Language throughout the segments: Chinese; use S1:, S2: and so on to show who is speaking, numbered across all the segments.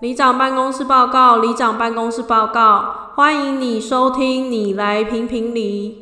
S1: 里长办公室报告，里长办公室报告，欢迎你收听，你来评评理。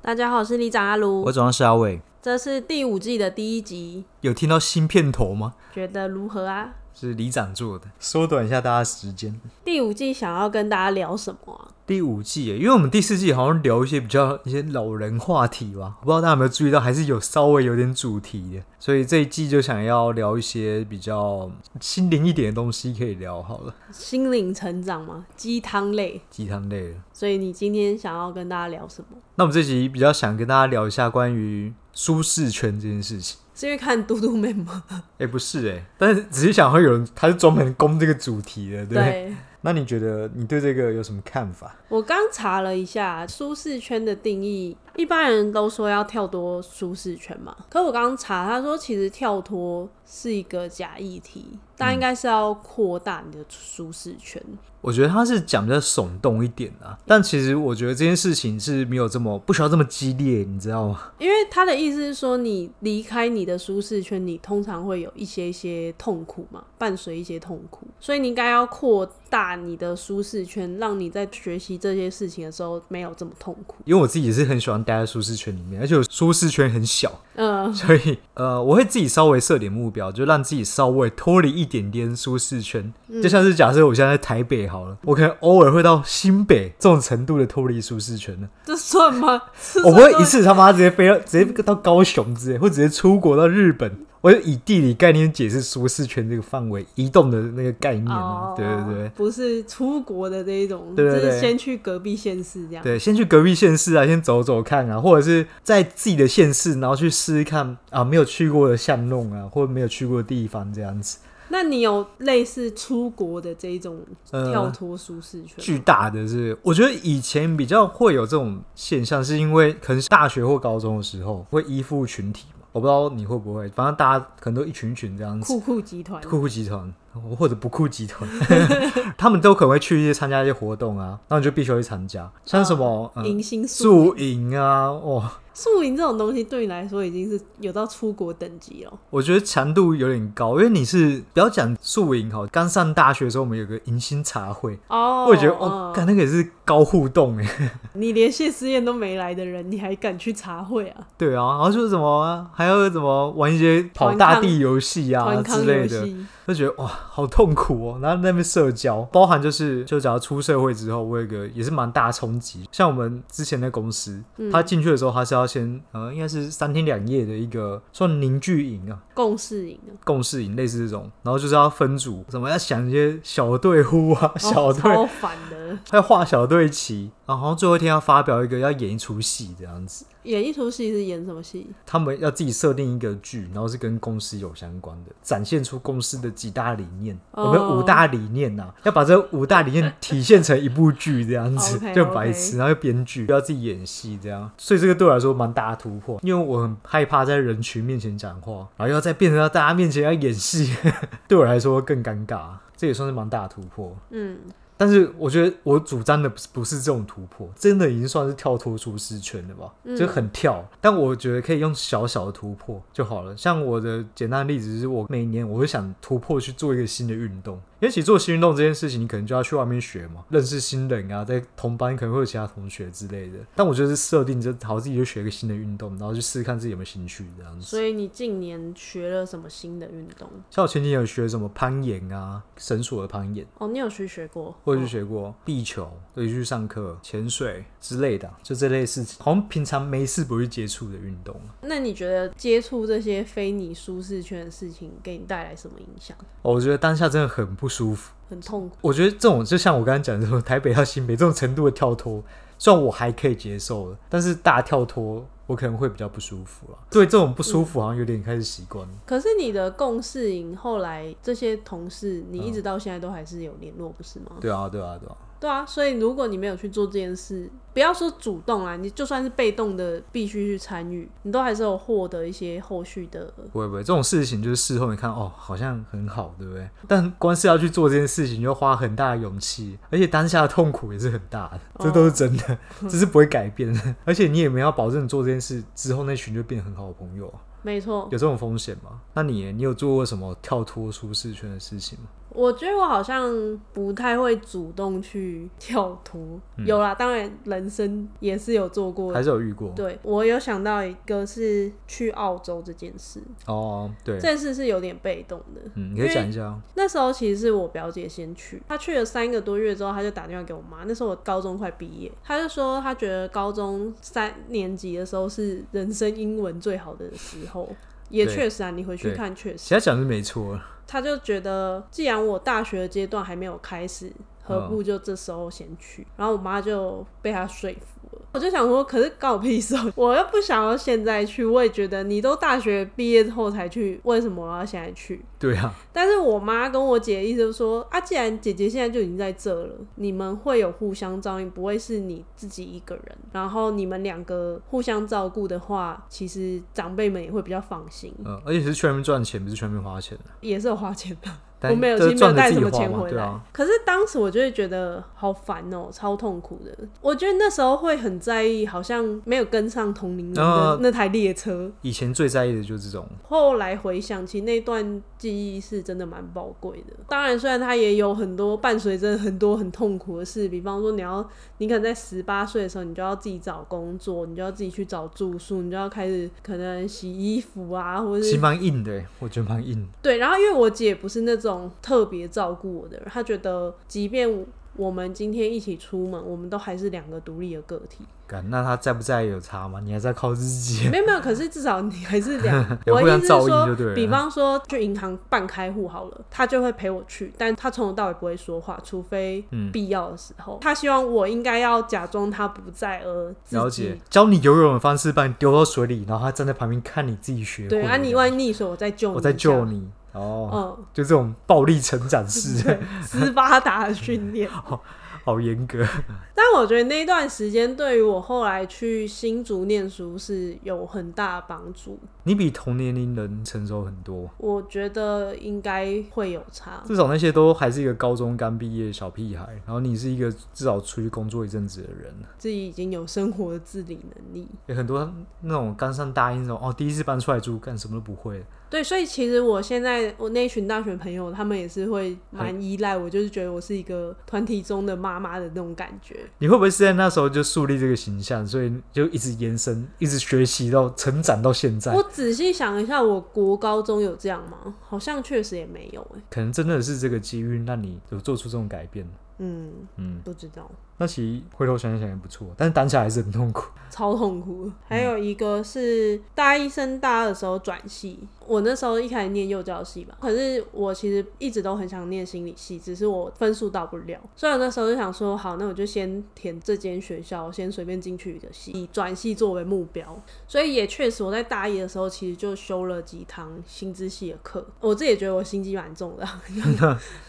S1: 大家好，我是里长阿卢
S2: 我，早上是阿伟，
S1: 这是第五季的第一集，
S2: 有听到新片头吗？
S1: 觉得如何啊？
S2: 是里长做的，缩短一下大家时间。
S1: 第五季想要跟大家聊什么啊、
S2: 第五季耶，因为我们第四季好像聊一些比较一些老人话题吧，我不知道大家有没有注意到，还是有稍微有点主题的，所以这一季就想要聊一些比较心灵一点的东西，可以聊好了，
S1: 心灵成长吗？鸡汤类。
S2: 鸡汤类的。
S1: 所以你今天想要跟大家聊什么？
S2: 那我们这集比较想跟大家聊一下关于舒适圈这件事情。
S1: 是因为看嘟嘟妹吗？
S2: 哎、不是哎、但是只是想会有人，他是专门攻这个主题的，对不对？
S1: 对。
S2: 那你觉得你对这个有什么看法？
S1: 我刚查了一下舒适圈的定义，一般人都说要跳脱舒适圈嘛。可我刚查，他说其实跳脱是一个假议题，但应
S2: 嗯
S1: 该是要扩大你的舒适圈。
S2: 我觉得他是讲比较耸动一点啊，但其实我觉得这件事情是没有这么不需要这么激烈，你知道吗？
S1: 因为他的意思是说，你离开你的舒适圈，你通常会有一些一些痛苦嘛，伴随一些痛苦，所以你应该要扩大你的舒适圈，让你在学习这些事情的时候没有这么痛苦。
S2: 因为我自己也是很喜欢待在舒适圈里面，而且我舒适圈很小，
S1: 嗯、
S2: 所以呃，我会自己稍微设点目标，就让自己稍微脱离一点点舒适圈。就像是假设我现在在台北好了，我可能偶尔会到新北这种程度的脱离舒适圈呢。
S1: 这算吗？
S2: 我不会一次他妈直接飞到直接到高雄之类，或直接出国到日本。我就以地理概念解释舒适圈这个范围移动的那个概念
S1: 哦
S2: 啊，对对对
S1: 不是出国的这一种，
S2: 对对对
S1: 就是先去隔壁县市这样。
S2: 对，先去隔壁县市啊，先走走看啊，或者是在自己的县市，然后去试试看啊，没有去过的巷弄啊，或者没有去过的地方这样子。
S1: 那你有类似出国的这一种
S2: 呃
S1: 跳脱舒适圈？
S2: 巨大的是，我觉得以前比较会有这种现象，是因为可能是大学或高中的时候会依附群体嘛，我不知道你会不会，反正大家可能都一群一群这样子。
S1: 酷酷集团，
S2: 酷酷集团 或者不酷集团， 他们都可能会去一些参加一些活动啊，那你就必须要去参加，像什么、嗯、
S1: 迎新宿
S2: 宿营啊，哦，
S1: 宿营这种东西，对你来说已经是有到出国等级了。
S2: 我觉得强度有点高，因为你是不要讲宿营哈，刚上大学的时候我们有个迎新茶会。
S1: 哦，
S2: 我也觉得哦，看、那个也是高互动 哎，
S1: 嗯你连谢师宴都没来的人，你还敢去茶会啊？
S2: 对啊，然后就是什么，还有什么玩一些跑大地游戏啊
S1: 团
S2: 之
S1: 康
S2: 类
S1: 游
S2: 的，
S1: 戏，
S2: 就觉得哇，好痛苦哦。然后在那边社交，包含就是，就只要出社会之后，我有一个也是蛮大的冲击。像我们之前的公司，
S1: 嗯
S2: 他进去的时候，他是要先呃，应该是三天两夜的一个算凝聚营啊，
S1: 共事营啊，
S2: 共事营类似这种，然后就是要分组，什么要想一些小队呼啊，小
S1: 哦
S2: 队、
S1: 超烦的。
S2: 要画小队旗，然后最后一天要发表一个要演一出戏这样子。
S1: 演一出戏是演什么戏？
S2: 他们要自己设定一个剧，然后是跟公司有相关的，展现出公司的几大理念。
S1: 哦
S2: 我们有五大理念呐、要把这五大理念体现成一部剧这样子
S1: OK，OK
S2: 就白痴，然后又编剧，不要自己演戏这样。所以这个对我来说蛮大的突破，因为我很害怕在人群面前讲话，然后又要再变成到大家面前要演戏， 对我来说更尴尬。这也算是蛮大的突破。
S1: 嗯，
S2: 但是我觉得我主张的不是不是这种突破，真的已经算是跳脱舒适圈了吧，
S1: 嗯
S2: 就很跳。但我觉得可以用小小的突破就好了。像我的简单的例子是我每年我会想突破去做一个新的运动，因为其实做新运动这件事情，你可能就要去外面学嘛，认识新人啊，在同班可能会有其他同学之类的。但我就是设定就好自己就学一个新的运动，然后去试试看自己有没有兴趣这样子。
S1: 所以你近年学了什么新的运动？
S2: 像我前几年有学什么攀岩啊，绳索的攀岩。
S1: 哦，你有去学过？哦
S2: 我有去学过壁球，我有去上课、潜水之类的啊，就这类事情，好像平常没事不会接触的运动啊。
S1: 那你觉得接触这些非你舒适圈的事情，给你带来什么影响？
S2: 哦我觉得当下真的很不舒服。
S1: 很痛苦。
S2: 我觉得这种就像我刚刚讲的，什么台北到新北这种程度的跳脱，虽然我还可以接受了，但是大跳脱我可能会比较不舒服了。对这种不舒服，好像有点开始习惯了。
S1: 可是你的共
S2: 嗯
S1: 事营后来这些同事，你一直到现在都还是有联络，不是吗？
S2: 对啊，对啊，对啊。
S1: 对啊，所以如果你没有去做这件事，不要说主动啦，你就算是被动的，必须去参与，你都还是有获得一些后续的。
S2: 不会不会，这种事情就是事后你看哦，好像很好，对不对？但光是要去做这件事情，就花很大的勇气，而且当下的痛苦也是很大的，这都是真的，
S1: 哦
S2: 这是不会改变的。而且你也没有保证做这件事之后那群就变很好的朋友啊，
S1: 没错，
S2: 有这种风险吗？那你耶你有做过什么跳脱舒适圈的事情吗？
S1: 我觉得我好像不太会主动去跳脱。有啦，当然人生也是有做过
S2: 嗯还。是有遇过？
S1: 对我有想到一个是去澳洲这件事，
S2: 哦，对，
S1: 这件事是有点被动的。
S2: 嗯，你可以讲一下啊。
S1: 那时候其实是我表姐先去，她去了三个多月之后，她就打电话给我妈。那时候我高中快毕业，她就说她觉得高中三年级的时候是人生英文最好的时 候，也
S2: 对
S1: 确实啊，你回去
S2: 对
S1: 看确实。
S2: 其他讲是没错，
S1: 他就觉得，既然我大学的阶段还没有开始，何不就这时候先去？然后我妈就被他说服了。我就想说，可是告屁事哦！我又不想要现在去，我也觉得你都大学毕业后才去，为什么我要现在去？
S2: 对啊，
S1: 但是我妈跟我姐的意思就是说，啊，既然姐姐现在就已经在这了，你们会有互相照应，不会是你自己一个人。然后你们两个互相照顾的话，其实长辈们也会比较放心，
S2: 嗯，而且是去那边赚钱，不是去那边花钱的。
S1: 也是有花钱的。
S2: 但
S1: 我没有，
S2: 这
S1: 其
S2: 是
S1: 实没有
S2: 赚
S1: 带
S2: 的自
S1: 什么
S2: 己花
S1: 钱
S2: 嘛，
S1: 回
S2: 对
S1: 来。
S2: 啊，
S1: 可是当时我就会觉得好烦哦、超痛苦的。我觉得那时候会很在意，好像没有跟上同龄人的
S2: 啊
S1: 那台列车。
S2: 以前最在意的就是这种，
S1: 后来回想，其实那段记忆是真的蛮宝贵的。当然，虽然它也有很多伴随着很多很痛苦的事，比方说你要，你可能在十八岁的时候，你就要自己找工作，你就要自己去找住宿，你就要开始可能洗衣服啊，或者
S2: 其实
S1: 是
S2: 蛮硬的欸，我觉得蛮硬的。
S1: 对，然后因为我姐不是那种特别照顾我的人，她觉得即便我们今天一起出门，我们都还是两个独立的个体。
S2: 干，那他在不在意有差吗？你还在靠自 己。
S1: 没有没有，可是至少你还是两
S2: 。有
S1: 我
S2: 互
S1: 的意
S2: 相
S1: 思
S2: 照
S1: 是
S2: 应
S1: 说
S2: 就对，了
S1: 比方说去银行办开户好了，她就会陪我去，但她从头到尾不会说话，除非
S2: 嗯
S1: 必要的时候。她希望我应该要假装她不在而自
S2: 了
S1: 己
S2: 解，教你游泳的方式，把你丢到水里，然后他站在旁边看你自己学会。
S1: 对啊，你万一溺水，我再救你。
S2: 我在救。你。哦，
S1: 嗯，
S2: 就这种暴力成长 式，
S1: 斯巴达的训练。
S2: 好严格。
S1: 但我觉得那一段时间对于我后来去新竹念书是有很大的帮助，
S2: 你比同年龄人成熟很多，
S1: 我觉得应该会有差。
S2: 至少那些都还是一个高中刚毕业的小屁孩，然后你是一个至少出去工作一阵子的人。
S1: 自己已经有生活的自理能力，
S2: 有很多那种刚上大一那种，哦，第一次搬出来住，干什么都不会，
S1: 对，所以其实我现在我那群大学朋友，他们也是会蛮依赖我，就是觉得我是一个团体中的妈妈的那种感觉。
S2: 你会不会是在那时候就树立这个形象，所以就一直延伸，一直学习到成长到现在
S1: 我？仔细想一下，我国高中有这样吗？好像确实也没有、欸，
S2: 可能真的是这个机遇让你有做出这种改变。
S1: 嗯，
S2: 嗯，
S1: 不知道。
S2: 那其实回头想想也不错，但是当下还是很痛苦。
S1: 超痛苦。还有一个是大一升大二的时候转系，我那时候一开始念幼教系吧，可是我其实一直都很想念心理系，只是我分数到不了。所以我那时候就想说，好，那我就先填这间学校，先随便进去一个系，以转系作为目标。所以也确实，我在大一的时候其实就修了几堂薪资系的课，我自己也觉得我心机蛮重的，啊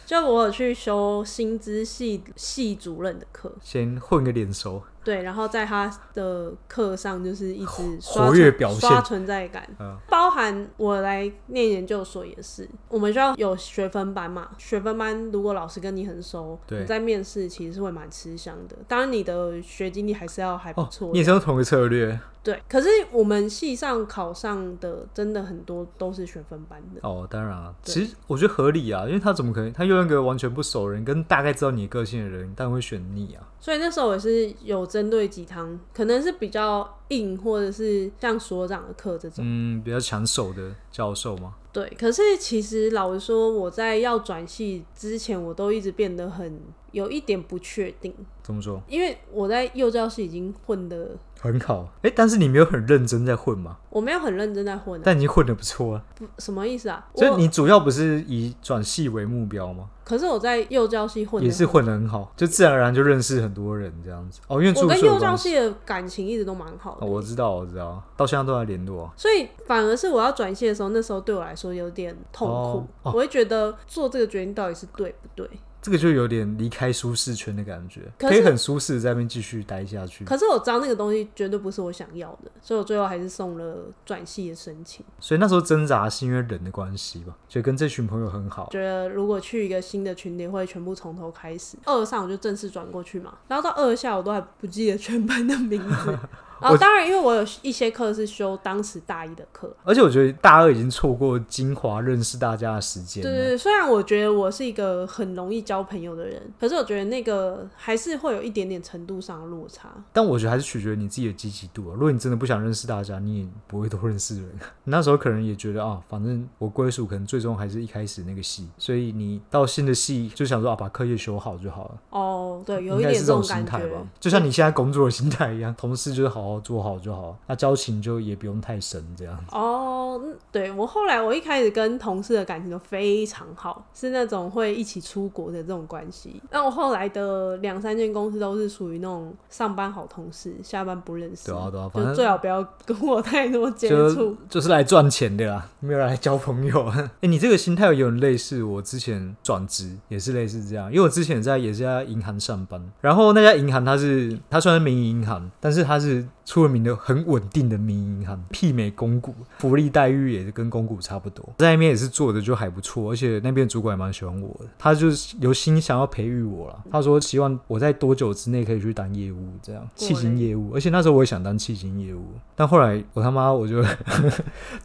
S1: 就我有去修薪资系系主任的课，
S2: 先混个脸熟，
S1: 对，然后在他的课上就是一直
S2: 活
S1: 刷
S2: 活跃
S1: 存
S2: 表现
S1: 刷存在感。
S2: 嗯
S1: 包含我来念研究所也是，我们学校有学分班嘛，学分班如果老师跟你很熟，
S2: 对
S1: 你在面试其实是会蛮吃香的。当然你的学经历还是要还不
S2: 哦
S1: 错，
S2: 你也是用同一个策略
S1: 对。可是我们系上考上的真的很多都是学分班的，
S2: 哦。当然啊，
S1: 对
S2: 其实我觉得合理啊，因为他怎么可能？他用一个完全不熟人跟大概知道你个性的人，但会选你啊。
S1: 所以那时候我是有针对几堂，可能是比较硬或者是像所长的课这种。
S2: 嗯，比较抢手的教授吗？
S1: 对，可是其实老实说，我在要转系之前，我都一直变得很有一点不确定，
S2: 怎么说？
S1: 因为我在幼教系已经混的，
S2: 很好，哎、但是你没有很认真在混嘛，
S1: 我没有很认真在混、啊，
S2: 但已经混的不错了。
S1: 不什么意思啊？
S2: 所以
S1: 我
S2: 你主要不是以转系为目标吗？
S1: 可是我在幼教系混的
S2: 也是，混得很好，就自然而然就认识很多人这样子。哦，因为
S1: 我
S2: 住
S1: 跟
S2: 宿
S1: 幼
S2: 的
S1: 教
S2: 关系、
S1: 系的感情一直都蛮好的。
S2: 哦，我知道，我知道，到现在都还联络啊。
S1: 所以反而是我要转系的时候，那时候对我来说有点痛苦，
S2: 哦哦
S1: 我会觉得做这个决定到底是对不对？
S2: 这个就有点离开舒适圈的感觉，
S1: 可
S2: 可以
S1: 是
S2: 很舒适地在那边继续待下去。
S1: 可是我知道那个东西绝对不是我想要的，所以我最后还是送了转系的申请。
S2: 所以那时候挣扎是因为人的关系吧，就跟这群朋友很好。
S1: 觉得如果去一个新的群体，会全部从头开始。二上我就正式转过去嘛，然后到二下我都还不记得全班的名 字。然后当然，因为我有一些课是修当时大一的课。
S2: 而且我觉得大二已经错过精华认识大家的时间
S1: 对
S2: 了。
S1: 对对，虽然我觉得我是一个很容易交朋友的人，可是我觉得那个还是会有一点点程度上的落差。
S2: 但我觉得还是取决于你自己的积极度啊。如果你真的不想认识大家，你也不会多认识人。 你那时候可能也觉得啊，反正我归属可能最终还是一开始那个系，所以你到新的系就想说啊，把课业修好就好了，
S1: 哦，对，有
S2: 应
S1: 一
S2: 该
S1: 点
S2: 是这种
S1: 感
S2: 心态
S1: 觉
S2: 吧。。就像你现在工作的心态一样，同事就是好好做好就好，那交情就也不用太深这样。
S1: 哦，嗯对我后来我一开始跟同事的感情都非常好，是那种会一起出国的这种关系。那我后来的两三间公司都是属于那种上班好同事，下班不认识，
S2: 对啊对啊反
S1: 就
S2: 正
S1: 最好不要跟我太多接
S2: 就
S1: 触。
S2: 就是来赚钱的啦，没有来交朋友。哎、你这个心态有点类似我之前转职也是类似这样，因为我之前在也是在银行上班，然后那家银行它是它虽然是民营银行，但是它是出了名的很稳定的民营银行，媲美公股，福利待遇也是跟公股差不多，在那边也是做的就还不错，而且那边主管也蛮喜欢我的，他就是有心想要培育我了，他说希望我在多久之内可以去当业务这样，
S1: 果
S2: 企
S1: 然
S2: 金业务，而且那时候我也想当企金业务，但后来我他妈我就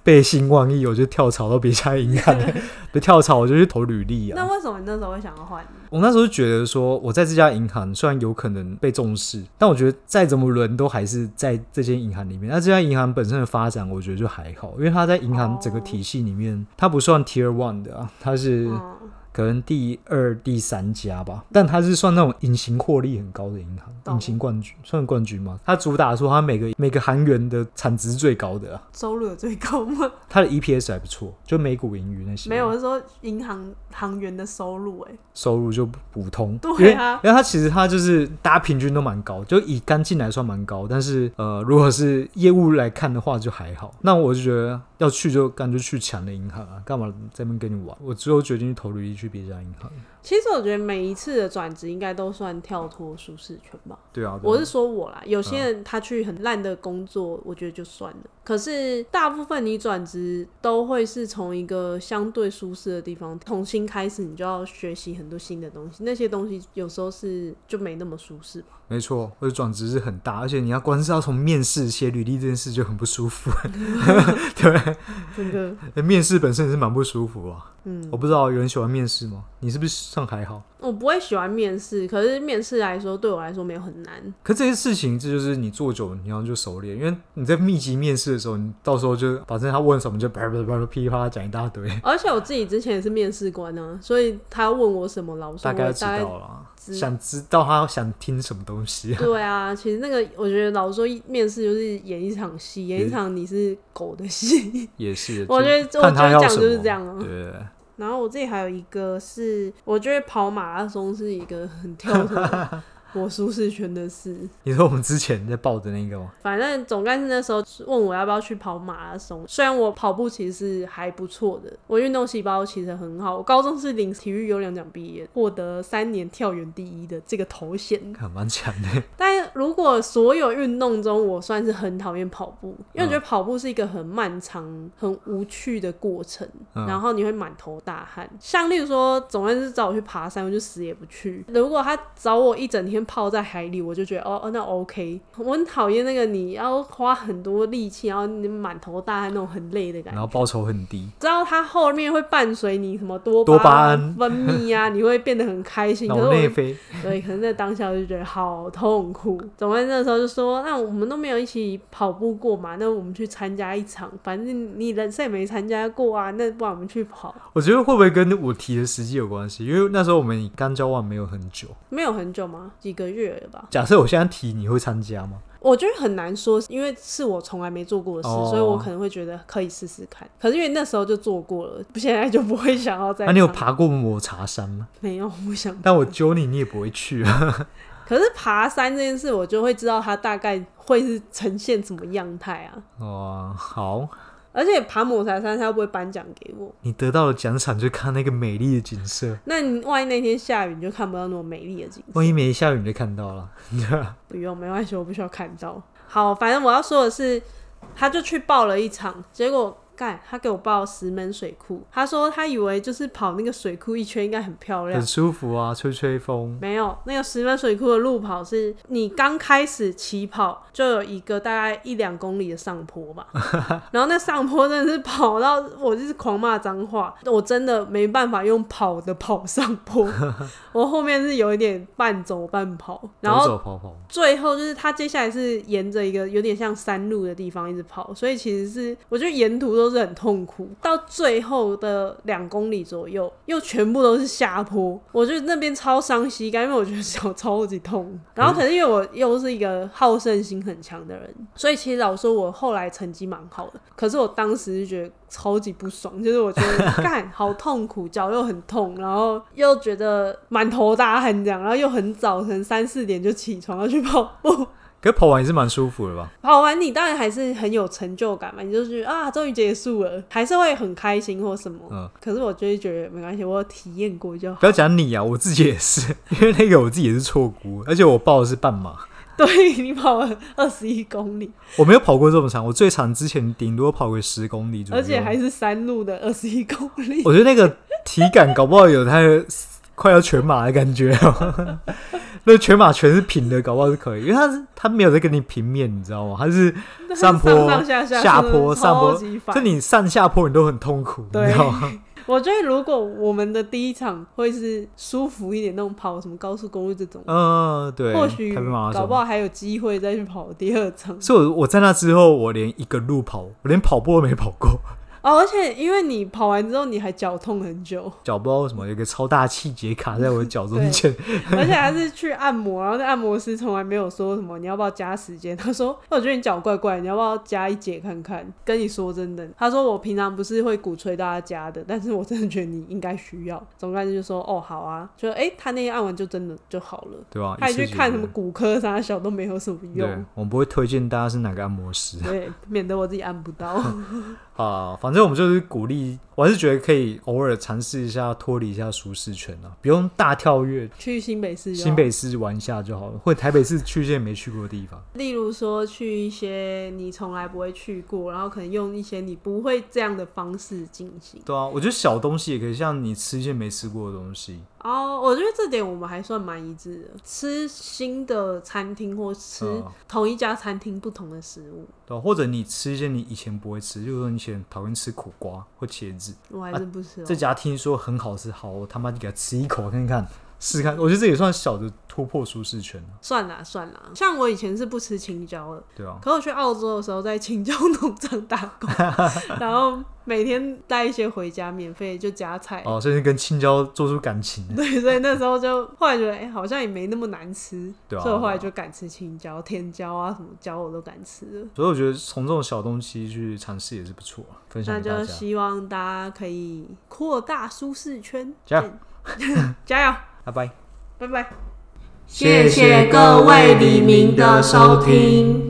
S2: 背信忘义，我就跳槽到别家银 行了，不跳槽我就去投履历
S1: 那
S2: 啊。
S1: 为什么你那时候会想要换？
S2: 我那时候就觉得说，我在这家银行虽然有可能被重视，但我觉得再怎么轮都还是在这间银行里面。那这家银行本身的发展，我觉得就还好，因为它在银行整个体系里
S1: 哦
S2: 面，它不算 Tier One 的啊，它是
S1: 嗯，
S2: 可能第二、第三家吧，但它是算那种隐形获利很高的银行，
S1: 懂
S2: 隐形冠军算冠军吗？它主打说它每个每个韩元的产值最高的、啊，
S1: 收入有最高吗？
S2: 它的 EPS 还不错，就每股盈余那些
S1: 没有，我是说银行行员的收入、欸，哎，
S2: 收入就普通，因
S1: 对
S2: 为
S1: 啊
S2: 因为它其实它就是大家平均都蛮高，就以干净来算蛮高，但是呃，如果是业务来看的话就还好。那我就觉得要去就干脆去强的银行啊，干嘛在那边跟你玩？我最后决定去投履历去别家银行。
S1: 其实我觉得每一次的转职应该都算跳脱舒适圈吧。
S2: 对啊，对啊
S1: 我是说我啦，有
S2: 嗯
S1: 些人他去很烂的工作，我觉得就算了。可是大部分你转职都会是从一个相对舒适的地方重新开始，你就要学习很多新的东西，那些东西有时候是就没那么舒适吧。
S2: 没错，我的转职是很大，而且你要光是要从面试写履历这件事就很不舒 服，对，
S1: 真 的，
S2: 面试本身也是蛮不舒服啊。
S1: 嗯，
S2: 我不知道有人喜欢面试吗？你是不是算还好？
S1: 我不会喜欢面试，可是面试来说对我来说没有很难。
S2: 可这些事情，这就是你做久，了，你要就熟练，因为你在密集面试的时候，你到时候就反正他问什么就叭叭叭叭噼里啪啦讲一大堆，
S1: 而且我自己之前也是面试官呢、所以他问我什么，老师
S2: 大
S1: 我
S2: 概
S1: 也
S2: 就知
S1: 大概
S2: 道了。
S1: 知
S2: 想知道他想听什么东西，
S1: 对啊，其实那个我觉得老实说面试就是演一场戏，演一场你是狗的戏。
S2: 也是。
S1: 我觉
S2: 就
S1: 得我
S2: 看
S1: 觉
S2: 他
S1: 得
S2: 要
S1: 讲
S2: 什
S1: 就是
S2: 么
S1: 这样啊。
S2: 对，
S1: 然后我自己还有一个是，我觉得跑马拉松是一个很跳 脱我舒适圈的事。
S2: 你说我们之前在报的那个吗？
S1: 反正总干事那时候问我要不要去跑马拉松，虽然我跑步其实还不错的，我运动细胞其实很好，我高中是领体育优良奖毕业，获得三年跳远第一的这个头衔。
S2: 看蛮强 的，
S1: 但如果所有运动中，我算是很讨厌跑步，因为
S2: 嗯
S1: 我觉得跑步是一个很漫长、很无趣的过程，
S2: 嗯
S1: 然后你会满头大汗。像例如说，总干事找我去爬山，我就死也不去。如果他找我一整天泡在海里，我就觉得哦，哦那 OK。我很讨厌那个你要花很多力气，然后你满头大汗那种很累的感
S2: 然
S1: 觉。
S2: 后报酬很低。
S1: 知道它后面会伴随你什么多
S2: 多巴
S1: 胺
S2: 胺
S1: 分泌啊，你会变得很开心。可是
S2: 脑
S1: 我
S2: 内啡，
S1: 对，可能在当下我就觉得好痛苦。总之那时候就说，那我们都没有一起跑步过嘛，那我们去参加一场，反正你人生也没参加过啊，那不然我们去跑。
S2: 我觉得会不会跟我提的时机有关系？因为那时候我们刚交往没有很久。
S1: 没有很久嘛，几个月了吧？
S2: 假设我现在提，你会参加吗？
S1: 我觉得很难说，因为是我从来没做过的事，
S2: 哦
S1: 所以我可能会觉得可以试试看。可是因为那时候就做过了，现在就不会想要再。
S2: 那、啊你有？爬过抹茶山吗？
S1: 没有，不想。
S2: 但我揪你，你也不会去啊。
S1: 可是爬山这件事，我就会知道它大概会是呈现什么样态啊。
S2: 哦，好，
S1: 而而且爬抹茶山，他又不会颁奖给我。
S2: 你得到了奖赏，就看那个美丽的景色。
S1: 那你万一那天下雨，你就看不到那么美丽的景色。
S2: 万一没下雨，你就看到了。
S1: 不用，没关系，我不需要看到。好，反正我要说的是，他就去报了一场，结果干，他给我报石门水库。他说他以为就是跑那个水库一圈应该很漂亮
S2: 很，舒服啊，吹吹风。
S1: 没有，那个石门水库的路跑是你刚开始起跑就有一个大概一两公里的上坡吧，然后那上坡真的是跑到我就是狂骂脏话，我真的没办法用跑的跑上坡，我后面是有一点半走半跑，然后
S2: 走走跑跑，
S1: 最后就是他接下来是沿着一个有点像山路的地方一直跑，所以其实是我觉得沿途都是很痛苦。到最后的两公里左右，又全部都是下坡，我觉得那边超伤膝盖，因为我觉得脚超级痛。然后可是因为我又是一个好胜心很强的人，所以其实老实说我后来成绩蛮好的，可是我当时就觉得。超级不爽，就是我觉得 干好痛苦，脚又很痛，然后又觉得满头大汗这样，然后又很早晨三四点就起床要去跑步，
S2: 可是跑完也是蛮舒服的吧？
S1: 跑完你当然还是很有成就感嘛，你就觉得啊终于结束了，还是会很开心或什么。
S2: 嗯
S1: 可是我就会觉得没关系，我有体验过就好。
S2: 不要讲你啊，我自己也是， 因为那个我自己也是错估，而且我报的是半马，
S1: 对你跑了二十一公里，
S2: 我没有跑过这么长，我最长之前顶多跑个十公里左右，
S1: 而且还是山路的二十一公里。
S2: 我觉得那个体感搞不好有它的快要全马的感觉 哦。那全马全是平的，搞不好是可以，因为它是它没有在跟你平面，你知道吗？它是上坡、
S1: 上上下下
S2: 坡、
S1: 真的
S2: 上
S1: 超
S2: 坡
S1: 级，烦
S2: 就你上下坡你都很痛苦，你
S1: 对
S2: 知道吗？
S1: 我觉得如果我们的第一场会是舒服一点，那种跑什么高速公路这种，
S2: 嗯，对，
S1: 或许
S2: 台北马拉
S1: 搞不
S2: 松。
S1: 好还有机会再去跑第二场
S2: 所以我，我在那之后，我连一个路跑，我连跑步都没跑过，
S1: 哦。而且因为你跑完之后你还脚痛很久，
S2: 脚不知道为什么有一个超大气节卡在我的脚中 间，
S1: 而且还是去按摩，然后那按摩师从来没有说什么你要不要加时间，他说我觉得你脚怪怪，你要不要加一节看看？跟你说真的，他说我平常不是会鼓吹大家加的，但是我真的觉得你应该需要。总干事就说哦好啊，就哎、他那天按完就真的就好了。
S2: 对吧、啊？
S1: 他还
S2: 一次
S1: 去
S2: 解
S1: 看
S2: 决
S1: 什么骨科啥小都没有什么
S2: 对
S1: 用，，
S2: 我们不会推荐大家是哪个按摩师。
S1: 对，免得我自己按不到。
S2: 啊，反正我们就是鼓励，我还是觉得可以偶尔尝试一下脱离一下舒适圈啊，不用大跳跃，
S1: 去新北市就好，
S2: 新北市玩一下就好了，或者台北市去一些没去过的地方。
S1: 例如说去一些你从来不会去过，然后可能用一些你不会这样的方式进行。
S2: 对啊，我觉得小东西也可以，像你吃一些没吃过的东西，
S1: 哦、我觉得这点我们还算蛮一致的。吃新的餐厅或吃
S2: 嗯
S1: 同一家餐厅不同的食物，
S2: 对啊、或者你吃一些你以前不会吃，就是说你以前讨厌吃苦瓜或茄子，
S1: 我还真不吃、哦
S2: 啊这家听说很好吃，好，我他妈就给它吃一口看看，试试看。我觉得这也算小的突破舒适圈啊，
S1: 算啦算啦，像我以前是不吃青椒的，
S2: 对啊，
S1: 可我去澳洲的时候，在青椒农场打工， 然后每天带一些回家，免费就夹菜。
S2: 哦，甚至跟青椒做出感情，
S1: 对，所以那时候就后来觉得，哎、好像也没那么难吃，
S2: 对啊
S1: 所以我后来就敢吃青椒、甜椒啊，什么椒我都敢吃了。
S2: 所以我觉得从这种小东西去尝试也是不错啊，分享
S1: 那
S2: 给大
S1: 就
S2: 家。
S1: 希望大家可以扩大舒适圈，
S2: 加油
S1: 嗯加油，
S2: 拜拜。
S1: 拜拜！
S3: 谢谢各位黎明的收听。